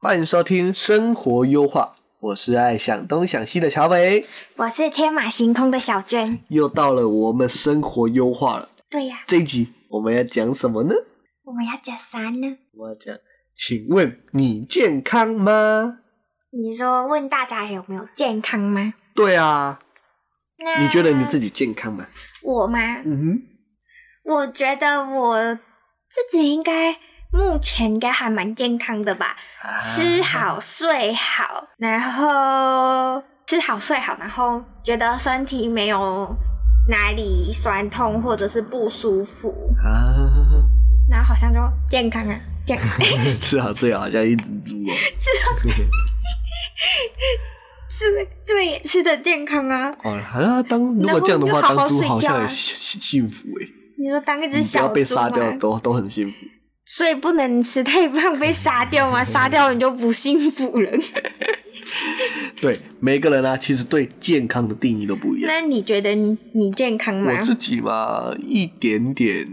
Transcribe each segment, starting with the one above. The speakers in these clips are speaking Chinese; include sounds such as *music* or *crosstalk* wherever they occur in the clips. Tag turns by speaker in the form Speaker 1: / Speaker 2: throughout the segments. Speaker 1: 欢迎收听《生活优化》，我是爱想东想西的乔北。
Speaker 2: 我是天马行空的小娟。
Speaker 1: 又到了我们生活优化了，
Speaker 2: 对呀、
Speaker 1: 这一集我们要讲什么呢？
Speaker 2: 我们要讲啥呢？
Speaker 1: 我要讲，请问你健康吗？
Speaker 2: 你说问大家有没有健康吗？
Speaker 1: 对啊，
Speaker 2: 那
Speaker 1: 你觉得你自
Speaker 2: 己
Speaker 1: 己健康吗？
Speaker 2: 我吗？
Speaker 1: 嗯
Speaker 2: 我觉得我自己应该目前应该还蛮健康的吧，
Speaker 1: 哼，啊
Speaker 2: 吃好睡好，然后吃好睡好，然后觉得身体没有哪里酸痛或者是不舒服，
Speaker 1: 啊，
Speaker 2: 然后好像就健康啊，健 *laughs* 康。
Speaker 1: 吃好睡好，好像一只猪哦。
Speaker 2: 是对吃的健康啊，
Speaker 1: 哦，好像当如果这样的话，
Speaker 2: 然
Speaker 1: 当
Speaker 2: 后就好好
Speaker 1: 猪
Speaker 2: 睡觉啊
Speaker 1: 好像很幸幸福诶，
Speaker 2: 你说当一只
Speaker 1: 你嗯不
Speaker 2: 小
Speaker 1: 要
Speaker 2: 猪
Speaker 1: 被杀
Speaker 2: 吗
Speaker 1: 掉都都很幸福。
Speaker 2: 所以不能吃太胖被杀
Speaker 1: *laughs*
Speaker 2: 掉吗？杀掉你就不幸福了。
Speaker 1: 对，每个人啊，其实对健康的定义都不一样。
Speaker 2: 那你觉得你你健康吗？
Speaker 1: 我自己嘛，一点点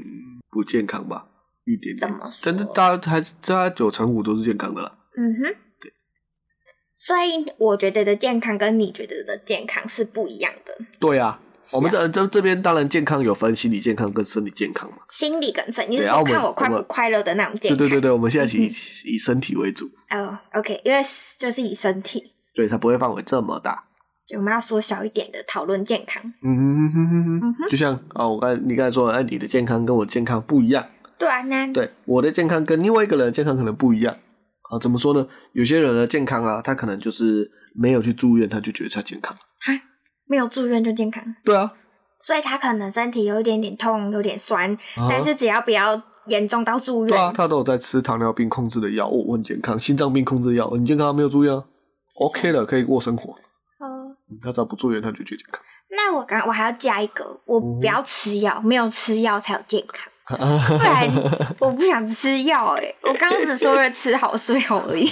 Speaker 1: 不健康吧，一点点。
Speaker 2: 怎么说
Speaker 1: 但是大家还是大家九成五都是健康的啦。
Speaker 2: 嗯哼，所以我觉得的健康跟你觉得的健康是不一样的，
Speaker 1: 对啊，
Speaker 2: 啊
Speaker 1: 我们这这这边当然健康有分心理健康跟生理健康嘛。
Speaker 2: 心理跟身，你
Speaker 1: 对
Speaker 2: 是
Speaker 1: 啊
Speaker 2: 说
Speaker 1: 我们
Speaker 2: 看我快
Speaker 1: 我
Speaker 2: 不
Speaker 1: 们
Speaker 2: 快乐的那种健
Speaker 1: 对
Speaker 2: 康？嗯
Speaker 1: 对对对，我们现在以以身体为主，
Speaker 2: 哦、o k 因为就是以身体，
Speaker 1: 所以它不会范围这么大。
Speaker 2: 就我们要缩小一点的讨论健康。
Speaker 1: 嗯哼哼哼哼哼，就像啊、我刚才你刚才说，哎、你的健康跟我健康不一样。
Speaker 2: 对啊，那
Speaker 1: 对，我的健康跟另外一个人的健康可能不一样啊。怎么说呢？有些人的健康啊，他可能就是没有去住院，他就觉得他健康。
Speaker 2: 哈，没有住院就健康，
Speaker 1: 对啊，
Speaker 2: 所以他可能身体有一点点痛，有点酸，
Speaker 1: 啊
Speaker 2: 但是只要不要严重到住
Speaker 1: 对
Speaker 2: 院，
Speaker 1: 啊，他都有在吃糖尿病控制的药，我、我很健康，心脏病控制的药，很健康，没有住院啊，OK 了，可以过生活。
Speaker 2: 哦
Speaker 1: 嗯他只要不住院，他就觉得健康。 *laughs*
Speaker 2: 那我刚我还要加一个，我不要吃药，没有吃药才有健康，不
Speaker 1: *laughs*
Speaker 2: 然我不想吃药哎、我刚刚只说了吃好睡好而已。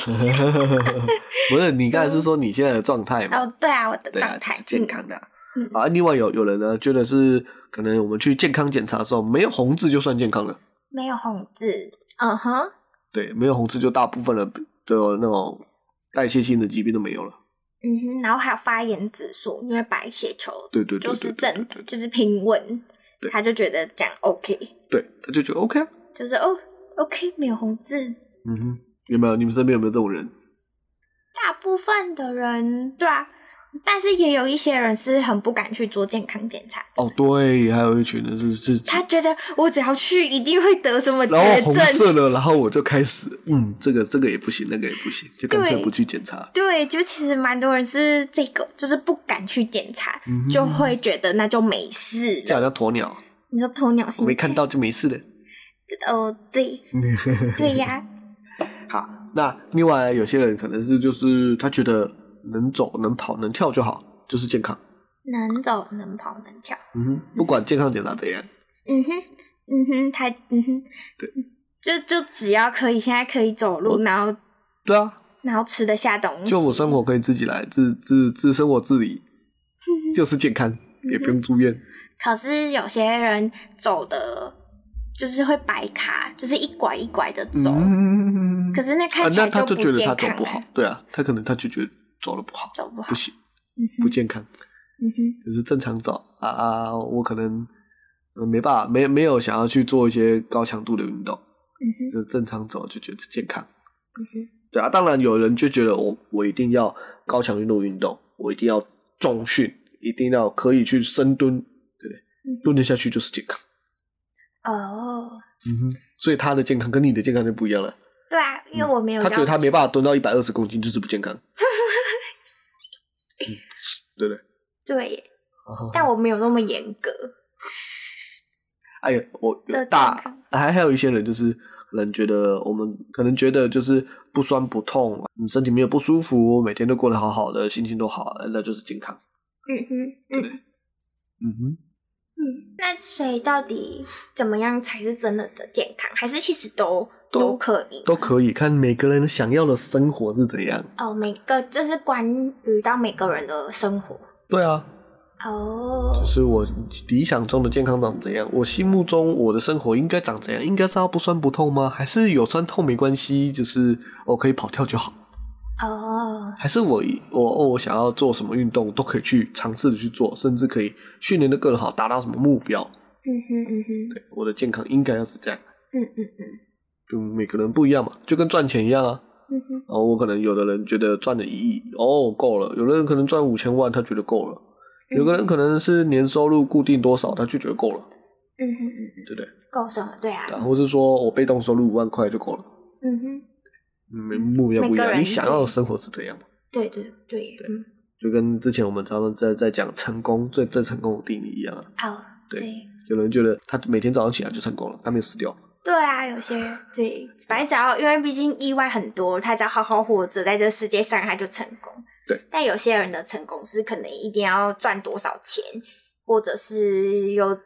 Speaker 1: 不是，你刚才是说你现在的状态嘛？
Speaker 2: 哦，对啊，我的
Speaker 1: 对啊
Speaker 2: 状，
Speaker 1: 这
Speaker 2: 态、
Speaker 1: 是健康的啊、
Speaker 2: 嗯
Speaker 1: 啊。另外有有人呢，觉得是可能我们去健康检查的时候没有红字就算健康了，
Speaker 2: 嗯没有红痣，嗯哼，
Speaker 1: 对，没有红字就大部分人都有那种代谢性的疾病都没有了。
Speaker 2: 嗯哼，然后还有发炎指数，因为白血球
Speaker 1: 对对对
Speaker 2: 就是
Speaker 1: 对对
Speaker 2: 正
Speaker 1: 对，对
Speaker 2: 就是平稳
Speaker 1: 对，
Speaker 2: 他就觉得这样 OK，
Speaker 1: 对，他就觉得 OK 啊。
Speaker 2: 就是哦 OK 没有红痣，
Speaker 1: 嗯哼，有没有？你们身边有没有这种人？
Speaker 2: 大部分的人对啊，但是也有一些人是很不敢去做健康检查的
Speaker 1: 哦，对，还有一群人是是
Speaker 2: 他觉得我只要去一定会得什么
Speaker 1: *laughs* 然
Speaker 2: 绝
Speaker 1: 后红色
Speaker 2: 症。
Speaker 1: 的，然后我就开始，嗯，这个这个也不行，那个也不行，就干脆不去检查。
Speaker 2: 对，就其实蛮多人是这个，就是不敢去检查，就会觉得那就没事
Speaker 1: 嗯这好
Speaker 2: 了。
Speaker 1: 像鸵鸟，
Speaker 2: 你说鸵鸟心
Speaker 1: 我
Speaker 2: 态
Speaker 1: 没看到就没事的。
Speaker 2: 哦，对，
Speaker 1: *laughs*
Speaker 2: 对呀，
Speaker 1: 好，那另外有些人可能是就是他觉得能走能跑能跳就好，就是健康。
Speaker 2: 能走能跑能跳，
Speaker 1: 嗯哼，不管健康检查怎样，
Speaker 2: 嗯哼，嗯哼，他嗯哼，就就只要可以，现在可以走路，然后
Speaker 1: 对啊，
Speaker 2: 然后吃得下东西，
Speaker 1: 就我生活可以自己来，自自自生活自
Speaker 2: *laughs*
Speaker 1: 理，就是健康，也不用住院。
Speaker 2: 可是有些人走的，就是会白卡，就是一拐一拐的走。
Speaker 1: 嗯，
Speaker 2: 可是那
Speaker 1: 啊
Speaker 2: 看，起
Speaker 1: 那
Speaker 2: 来
Speaker 1: 他就觉
Speaker 2: 不
Speaker 1: 得
Speaker 2: 健
Speaker 1: 他
Speaker 2: 康、哎
Speaker 1: 走不好，，对啊，他可能他就觉得走的不好，
Speaker 2: 走不好
Speaker 1: 不。行，不健康。
Speaker 2: 嗯哼，
Speaker 1: 就是正常找啊啊，我可能呃没办法，没没有想要去做一些高强度的运动，
Speaker 2: 嗯哼，
Speaker 1: 就是正常走就觉得健康。
Speaker 2: 嗯
Speaker 1: 对啊，当然有人就觉得我我一定要高强运动运动，我一定要重训，一定要可以去深蹲，对不
Speaker 2: 嗯
Speaker 1: 对？蹲得下去就是健康。
Speaker 2: 哦，
Speaker 1: 嗯哼，所以他的健康跟你的健康就不一样了。
Speaker 2: 对啊，因为我没有
Speaker 1: 嗯他
Speaker 2: 要，
Speaker 1: 觉得他没办法蹲到一百二十公斤就是不健
Speaker 2: *laughs*
Speaker 1: 康，嗯对不对？
Speaker 2: 对耶，
Speaker 1: 啊
Speaker 2: 但我没有那么严格。
Speaker 1: 哎呀，我有
Speaker 2: 的
Speaker 1: 大
Speaker 2: 健康
Speaker 1: 还还有一些人就是可能觉得我们可能觉得就是不酸不痛，嗯身体没有不舒服，每天都过得好好的，心情都好，啊那就是健康。
Speaker 2: 嗯哼，嗯
Speaker 1: 嗯哼，
Speaker 2: 嗯。那所以到底怎么样才是真的的健康？还是其实都
Speaker 1: 都
Speaker 2: 都可以？
Speaker 1: 都可以看每个人想要的生活是怎样。
Speaker 2: 哦，每个这是关于到每个人的生活
Speaker 1: 对啊，
Speaker 2: 哦
Speaker 1: 就。是我理想中的健康长怎样？我心目中我的生活应该长怎样？应该是要不酸不痛吗？还是有酸痛没关系？就是我可以跑跳就好。
Speaker 2: 哦，
Speaker 1: 还是我我我想要做什么运动都可以去尝试的去做，甚至可以训练的更好，达到什么目标？
Speaker 2: 嗯哼嗯哼，
Speaker 1: 对，我的健康应该要是这样。
Speaker 2: 嗯嗯嗯
Speaker 1: 就每个人不一样嘛，就跟赚钱一样啊。
Speaker 2: 嗯哼，
Speaker 1: 然后我可能有的人觉得赚了一亿哦够了，有的人可能赚五千万他觉得够了，有个人可能是年收入固定多少他就觉得够了，
Speaker 2: 嗯哼嗯哼，
Speaker 1: 对不对？
Speaker 2: 够什么？对啊，
Speaker 1: 然后是说我被动收入五万块就够了，
Speaker 2: 嗯哼，
Speaker 1: 嗯，目标不一
Speaker 2: 每个
Speaker 1: 样，
Speaker 2: 人
Speaker 1: 你想要的生活是怎样嘛？
Speaker 2: 对对对，嗯，
Speaker 1: 就跟之前我们常常在在讲成功最最成功的定义一样啊，
Speaker 2: 哦，
Speaker 1: 对
Speaker 2: 对
Speaker 1: 有人觉得他每天早上起来就成功了，他没有死掉，
Speaker 2: 对啊，有些对，反正只要因为毕竟意外很多，他只要好好活着，在这世界上他就成功。
Speaker 1: 对，
Speaker 2: 但有些人的成功是可能一定要赚多少钱，或者是有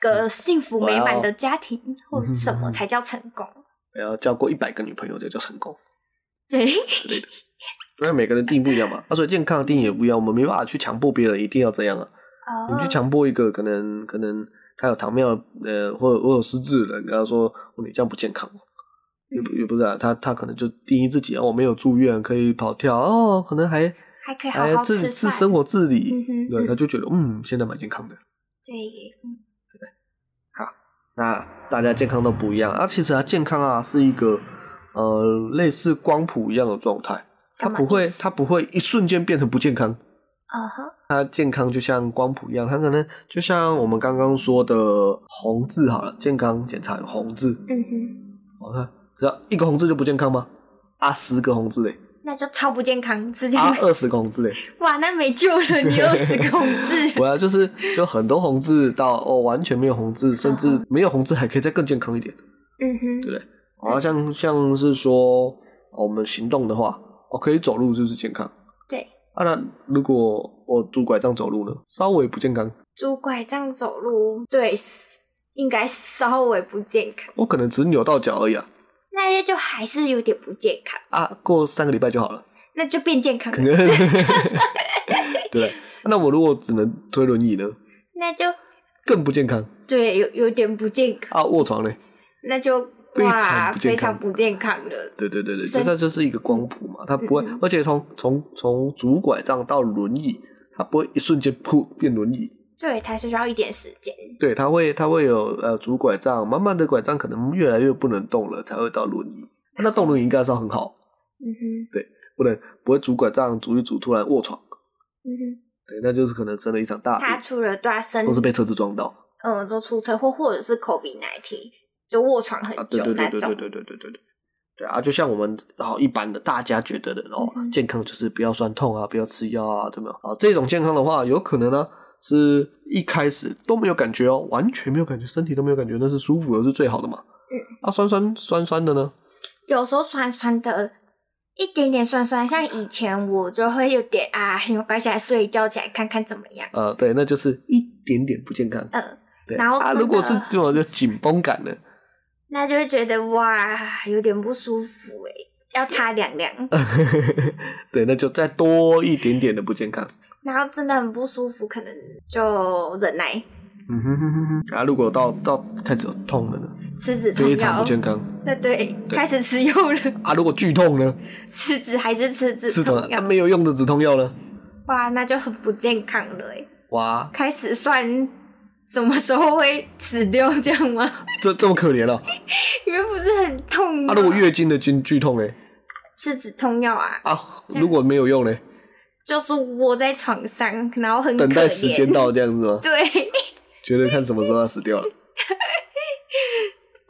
Speaker 2: 个幸福美满的家庭，或者什么才叫成功。
Speaker 1: 然后哎交过一百个女朋友这叫成功。
Speaker 2: 对，
Speaker 1: 因为每个人定义不一样嘛，啊，所以健康的定义也不一样，我们没办法去强迫别人一定要这样啊。
Speaker 2: 哦
Speaker 1: 你去强迫一个可能可能他有糖尿呃或者或者失智的人，跟他说、哦你这样不健康哦，也
Speaker 2: 嗯
Speaker 1: 不也不是啊，他他可能就定义自己啊，我没有住院，可以跑跳哦，可能还
Speaker 2: 还可以好
Speaker 1: 还
Speaker 2: 好吃
Speaker 1: 自
Speaker 2: 饭，
Speaker 1: 自生活自
Speaker 2: 嗯
Speaker 1: 理，
Speaker 2: 哼，
Speaker 1: 对，
Speaker 2: 嗯
Speaker 1: 他就觉得嗯现在蛮健康的。
Speaker 2: 对，
Speaker 1: 那大家健康都不一样啊，其实啊健康啊是一个呃类似光谱一样的状态，它
Speaker 2: 什么
Speaker 1: 不会
Speaker 2: 意思
Speaker 1: 它不会一瞬间变成不健康。
Speaker 2: 嗯哼，
Speaker 1: 它健康就像光谱一样，它可能就像我们刚刚说的红字好了，健康检查有红字，
Speaker 2: 嗯哼，
Speaker 1: 我看只要一个红字就不健康吗？啊，十个红字
Speaker 2: *laughs*
Speaker 1: 嘞，
Speaker 2: 那就超不健康，是这样
Speaker 1: 啊
Speaker 2: 吗，
Speaker 1: 二十个红字嘞，。
Speaker 2: *laughs* 哇，那没救了，你又是个红
Speaker 1: *laughs*
Speaker 2: 字
Speaker 1: 我要就是就很多红字到哦完全没有红字，甚至没有红字还可以再更健康一点，
Speaker 2: 嗯哼
Speaker 1: 对，不对？啊，像像是说哦我们行动的话，哦可以走路就是健康，
Speaker 2: 对，
Speaker 1: 啊那如果我拄拐杖走路呢，稍微不健康，
Speaker 2: 拄拐杖走路，对，应该稍微不健康，
Speaker 1: 我可能只扭到脚而已啊，
Speaker 2: 那些就还是有点不健康，
Speaker 1: 啊过三个礼拜就好了。 *laughs*
Speaker 2: 那就变健康
Speaker 1: 可能
Speaker 2: 了，
Speaker 1: 对，啊那我如果只能推轮椅呢，
Speaker 2: 那就
Speaker 1: 更不健康
Speaker 2: 对，有有点不健康，
Speaker 1: 啊！卧床嘞，
Speaker 2: 那就
Speaker 1: 非常
Speaker 2: 哇，
Speaker 1: 不健
Speaker 2: 非
Speaker 1: 康
Speaker 2: 常不健康了。
Speaker 1: 对对对对，就
Speaker 2: 身
Speaker 1: 它就是一个光谱嘛，它不会
Speaker 2: 嗯嗯，
Speaker 1: 而且从从从拄拐杖到轮椅，它不会一瞬间 *laughs* 噗变轮椅，
Speaker 2: 对，它需要一点时间。
Speaker 1: 对，它会它会有呃拄拐杖，慢慢的拐杖可能越来越不能动了，才会到轮椅。那动轮椅应该是很好，
Speaker 2: 嗯哼，
Speaker 1: 不能不会拄拐杖拄一拄突然卧床，
Speaker 2: 嗯哼，
Speaker 1: 对，那就是可能生了一场大
Speaker 2: 他
Speaker 1: 病，
Speaker 2: 除了对他身
Speaker 1: 或，是被车子撞到
Speaker 2: 嗯，做出车祸或者是 COVID 1 9就卧床很
Speaker 1: 啊，对
Speaker 2: 久
Speaker 1: 对
Speaker 2: 那
Speaker 1: 对对对
Speaker 2: 种。
Speaker 1: 对对对对对。对啊，就像我们然后一般的大家觉得的哦
Speaker 2: 嗯，哼
Speaker 1: 健康就是不要酸痛啊，不要吃药啊，对没有？啊，这种健康的话，有可能呢是一开始都没有感觉哦，完全没有感觉，身体都没有感觉，那是舒服的，是最好的嘛。
Speaker 2: 嗯。
Speaker 1: 啊，酸酸酸酸的呢？
Speaker 2: 有时候酸酸的，一点点酸酸，像以前我就会有点啊，没有关系，来睡一觉起来看看怎么样。
Speaker 1: 呃，对，那就是一点点不健康。
Speaker 2: 嗯，
Speaker 1: 对。
Speaker 2: 然后
Speaker 1: 啊，
Speaker 2: 真的
Speaker 1: 如
Speaker 2: *laughs*
Speaker 1: 果是这种就紧绷感呢？
Speaker 2: 那就会觉得哇，有点不舒服诶、要擦凉凉，
Speaker 1: *laughs* 对，那就再多一点点的不健康。
Speaker 2: 然后真的很不舒服，可能就忍耐
Speaker 1: 嗯哼哼哼哼。啊，如果到到开始有痛了呢，
Speaker 2: 吃止痛
Speaker 1: 非常
Speaker 2: 药
Speaker 1: 不。健康。
Speaker 2: 那对，
Speaker 1: 对
Speaker 2: 开始吃药了， *laughs*
Speaker 1: 啊，如果剧痛呢？
Speaker 2: 吃止还是吃止
Speaker 1: 止痛
Speaker 2: 痛
Speaker 1: 药、
Speaker 2: 药
Speaker 1: 啊、？没有用的止痛药呢？
Speaker 2: 哇，那就很不健康了诶、
Speaker 1: 哇，
Speaker 2: 开始算什么时候会死掉这样吗？ *laughs*
Speaker 1: 这这么可怜哦！
Speaker 2: 因为不是很痛
Speaker 1: 啊，
Speaker 2: 吗？
Speaker 1: 如果月经的经剧痛嘞，
Speaker 2: 吃止痛药啊，
Speaker 1: 啊，
Speaker 2: 这样
Speaker 1: 如果没有用嘞，
Speaker 2: 就是窝在床上，然后很可
Speaker 1: 等
Speaker 2: 怜。
Speaker 1: 待时间到这样子吗？
Speaker 2: 对，
Speaker 1: 觉得看什么时候要死掉了。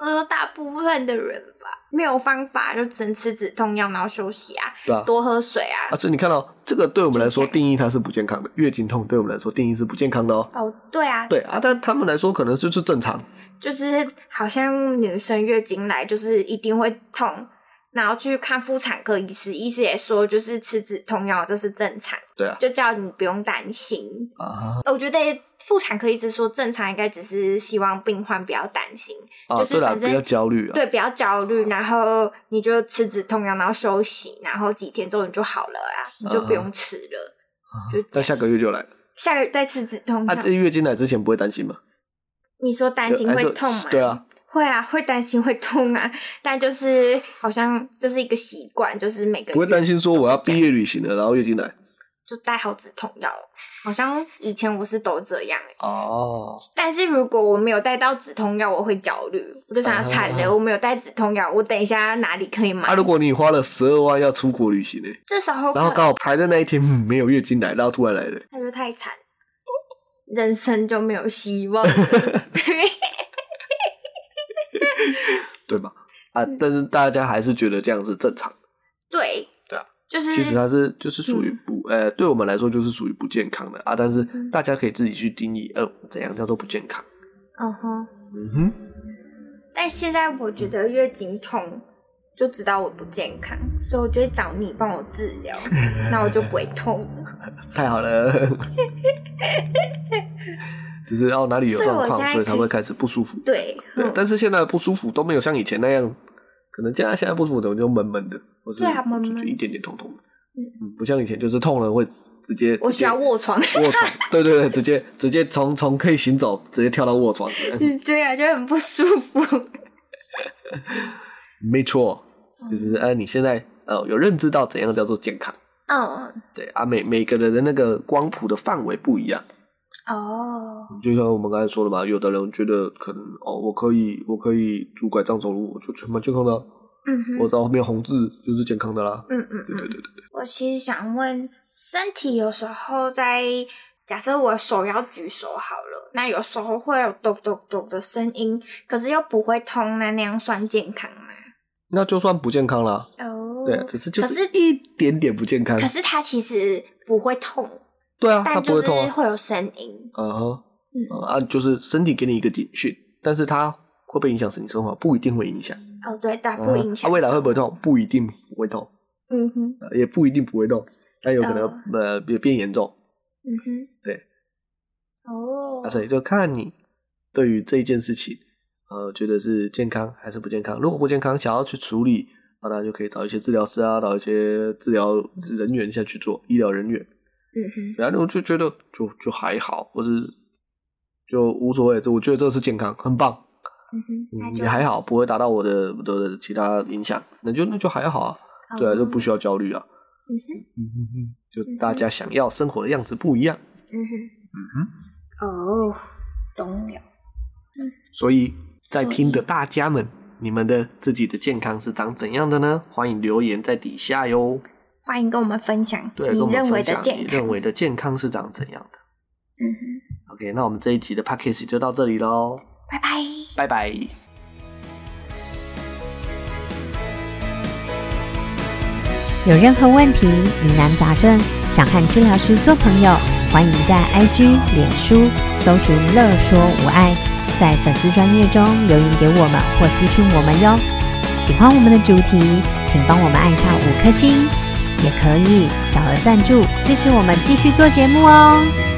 Speaker 2: 我说呃大部分的人吧，没有方法就只能吃止痛药，然后休息啊，
Speaker 1: 对吧、啊？
Speaker 2: 多喝水啊。
Speaker 1: 所以你看到、这个对我们来说
Speaker 2: 就这
Speaker 1: 定义它是不健康的，月经痛对我们来说定义是不健康的哦。
Speaker 2: 哦，对啊，
Speaker 1: 对啊，但他们来说可能就是正常，
Speaker 2: 就是好像女生月经来就是一定会痛，然后去看妇产科医师，医师也说就是吃止痛药这是正常，
Speaker 1: 对啊，
Speaker 2: 就叫你不用担心。呃
Speaker 1: 啊，
Speaker 2: 我觉得妇产科医师说正常，应该只是希望病患不要担心，
Speaker 1: 啊，
Speaker 2: 就是
Speaker 1: 对啦，
Speaker 2: 反
Speaker 1: 不
Speaker 2: 正
Speaker 1: 要焦虑啊，
Speaker 2: 对，不要焦虑，然后你就吃止痛药，然后休息，然后几天之后你就好了啊，
Speaker 1: 嗯
Speaker 2: 你就不用吃了。就这
Speaker 1: 那
Speaker 2: 样
Speaker 1: 下个月就来了。
Speaker 2: 下个月再吃止痛
Speaker 1: 嗯啊，
Speaker 2: 药，
Speaker 1: 这月经来之前不会担心吗？
Speaker 2: 你说担心
Speaker 1: 对还
Speaker 2: 会
Speaker 1: 是
Speaker 2: 痛吗？
Speaker 1: 对啊，
Speaker 2: 会啊，会担心会痛啊， *laughs* 但就是好像就是一个习惯，就是每个
Speaker 1: 不会
Speaker 2: 月
Speaker 1: 担心说我要毕业旅行了，然后月经来。
Speaker 2: 就带好止痛药。好像以前我是都这样欸、
Speaker 1: 哦，
Speaker 2: 但是如果我没有带到止痛药，我会焦虑，我就想要惨了，
Speaker 1: 啊
Speaker 2: 我没有带止痛药，我等一下哪里可以买？
Speaker 1: 啊，如果你花了十二万要出国旅行呢、
Speaker 2: 这时候
Speaker 1: 然后
Speaker 2: 可
Speaker 1: 刚好排的那一天、嗯没有月经来，然后突然来了、
Speaker 2: 那就太惨，人生就没有希望了。 *laughs* 对，
Speaker 1: 对吧？啊，
Speaker 2: 嗯
Speaker 1: 但是大家还是觉得这样是正常的。
Speaker 2: 对，
Speaker 1: 对啊
Speaker 2: 就是
Speaker 1: 其实它是就是属
Speaker 2: 嗯
Speaker 1: 于不，呃，对我们来说就是属于不健康的啊。但是大家可以自己去定义，呃，怎样叫做不健康？
Speaker 2: 嗯哼。
Speaker 1: 嗯哼，
Speaker 2: 但现在我觉得月经痛，就知道我不健康，所以我就会找你帮我治疗，那我就不会痛了。
Speaker 1: 太好了。 *laughs* 只是哦哪里有
Speaker 2: 所以
Speaker 1: 状
Speaker 2: 我现
Speaker 1: 况，
Speaker 2: 在
Speaker 1: 所以才
Speaker 2: 可以
Speaker 1: 会开始不舒服。
Speaker 2: 对，
Speaker 1: *laughs* 对
Speaker 2: 嗯，
Speaker 1: 但是现在不舒服都没有像以前那样，可能现在现在不舒服的就闷闷的，或是
Speaker 2: 对啊闷
Speaker 1: 就
Speaker 2: 闷
Speaker 1: 就一点点痛痛的，嗯，不像以前就是痛了会直接
Speaker 2: 我
Speaker 1: 直
Speaker 2: 需
Speaker 1: 接
Speaker 2: 要卧床。 *laughs*
Speaker 1: 卧床， *laughs* 对对对，直接直接从从可以行走直接跳到卧床， *laughs*
Speaker 2: 嗯，对啊，就很不舒服。 *laughs*
Speaker 1: 没错，就是哎、呃你现在呃有认知到怎样叫做健康，
Speaker 2: 嗯，
Speaker 1: 对啊，每每个人的那个光谱的范围不一样，
Speaker 2: 哦，
Speaker 1: 就像我们刚才说的嘛，有的人觉得可能哦，我可以我可以拄拐杖走路，我就全蛮健康的啊、
Speaker 2: 嗯哼，
Speaker 1: 我到后面红字就是健康的啦，
Speaker 2: 嗯嗯
Speaker 1: 对
Speaker 2: 嗯
Speaker 1: 对。对对，
Speaker 2: 我其实想问，身体有时候在假设我手要举手好了，那有时候会有咚咚咚的声音，可是又不会痛，那那样算健康吗？
Speaker 1: 那就算不健康啦，
Speaker 2: 哦
Speaker 1: 对，只是就
Speaker 2: 可是
Speaker 1: 一点点不健康
Speaker 2: 可。是它其实不会痛，
Speaker 1: 对啊，它
Speaker 2: 但
Speaker 1: 不
Speaker 2: 就
Speaker 1: 会
Speaker 2: 是
Speaker 1: 痛啊。
Speaker 2: 会有声音。
Speaker 1: 嗯哼，
Speaker 2: 嗯，
Speaker 1: 啊，就是身体给你一个警讯，但是它会不会影响你生活？不一定会影响。
Speaker 2: 哦对，但不影
Speaker 1: 它
Speaker 2: 响。
Speaker 1: 啊未来会不会？痛？不一定不会痛，
Speaker 2: 嗯哼，
Speaker 1: 呃也不一定不会痛，它有可能
Speaker 2: 哦
Speaker 1: 呃也变严重。
Speaker 2: 嗯哼，
Speaker 1: 对。
Speaker 2: 哦
Speaker 1: 啊，，所以就看你对于这件事情，呃，觉得是健康还是不健康。如果不健康，想要去处理，啊，那就可以找一些治疗师啊，找一些治疗人员下去做医疗人员。
Speaker 2: 嗯哼，
Speaker 1: 然后我就觉得就就还好，或者就无所谓，这我觉得这是健康，很棒，
Speaker 2: 嗯哼，那
Speaker 1: 嗯
Speaker 2: 就
Speaker 1: 也还好，不会达到我的我的其他影响，那就那就还好啊，对啊，就不需要焦虑啊，
Speaker 2: 嗯哼，
Speaker 1: 嗯嗯嗯，就大家想要生活的样子不一样，
Speaker 2: 嗯哼，嗯哼，哦，懂了。
Speaker 1: 所以在
Speaker 2: 所以
Speaker 1: 听的大家们，你们的自己的健康是长怎样的呢？欢迎留言在底下哟，
Speaker 2: 欢迎跟我们分享
Speaker 1: 对，
Speaker 2: 你
Speaker 1: 跟我们
Speaker 2: 认为
Speaker 1: 分
Speaker 2: 的
Speaker 1: 享
Speaker 2: 健
Speaker 1: 你
Speaker 2: 康
Speaker 1: 认。为的健康是长怎样的
Speaker 2: 嗯哼，
Speaker 1: ？OK，那我们这一集的 p a c k a g e 就到这里喽，
Speaker 2: 拜拜。
Speaker 1: 拜拜。
Speaker 3: 有任何问题、疑难杂症，想和治疗师做朋友，欢迎在 IG、脸书搜寻“乐说无爱”，在粉丝专页中留言给我们或私讯我们哟。喜欢我们的主题，请帮我们按下五颗星，也可以小额赞助支持我们继续做节目哦。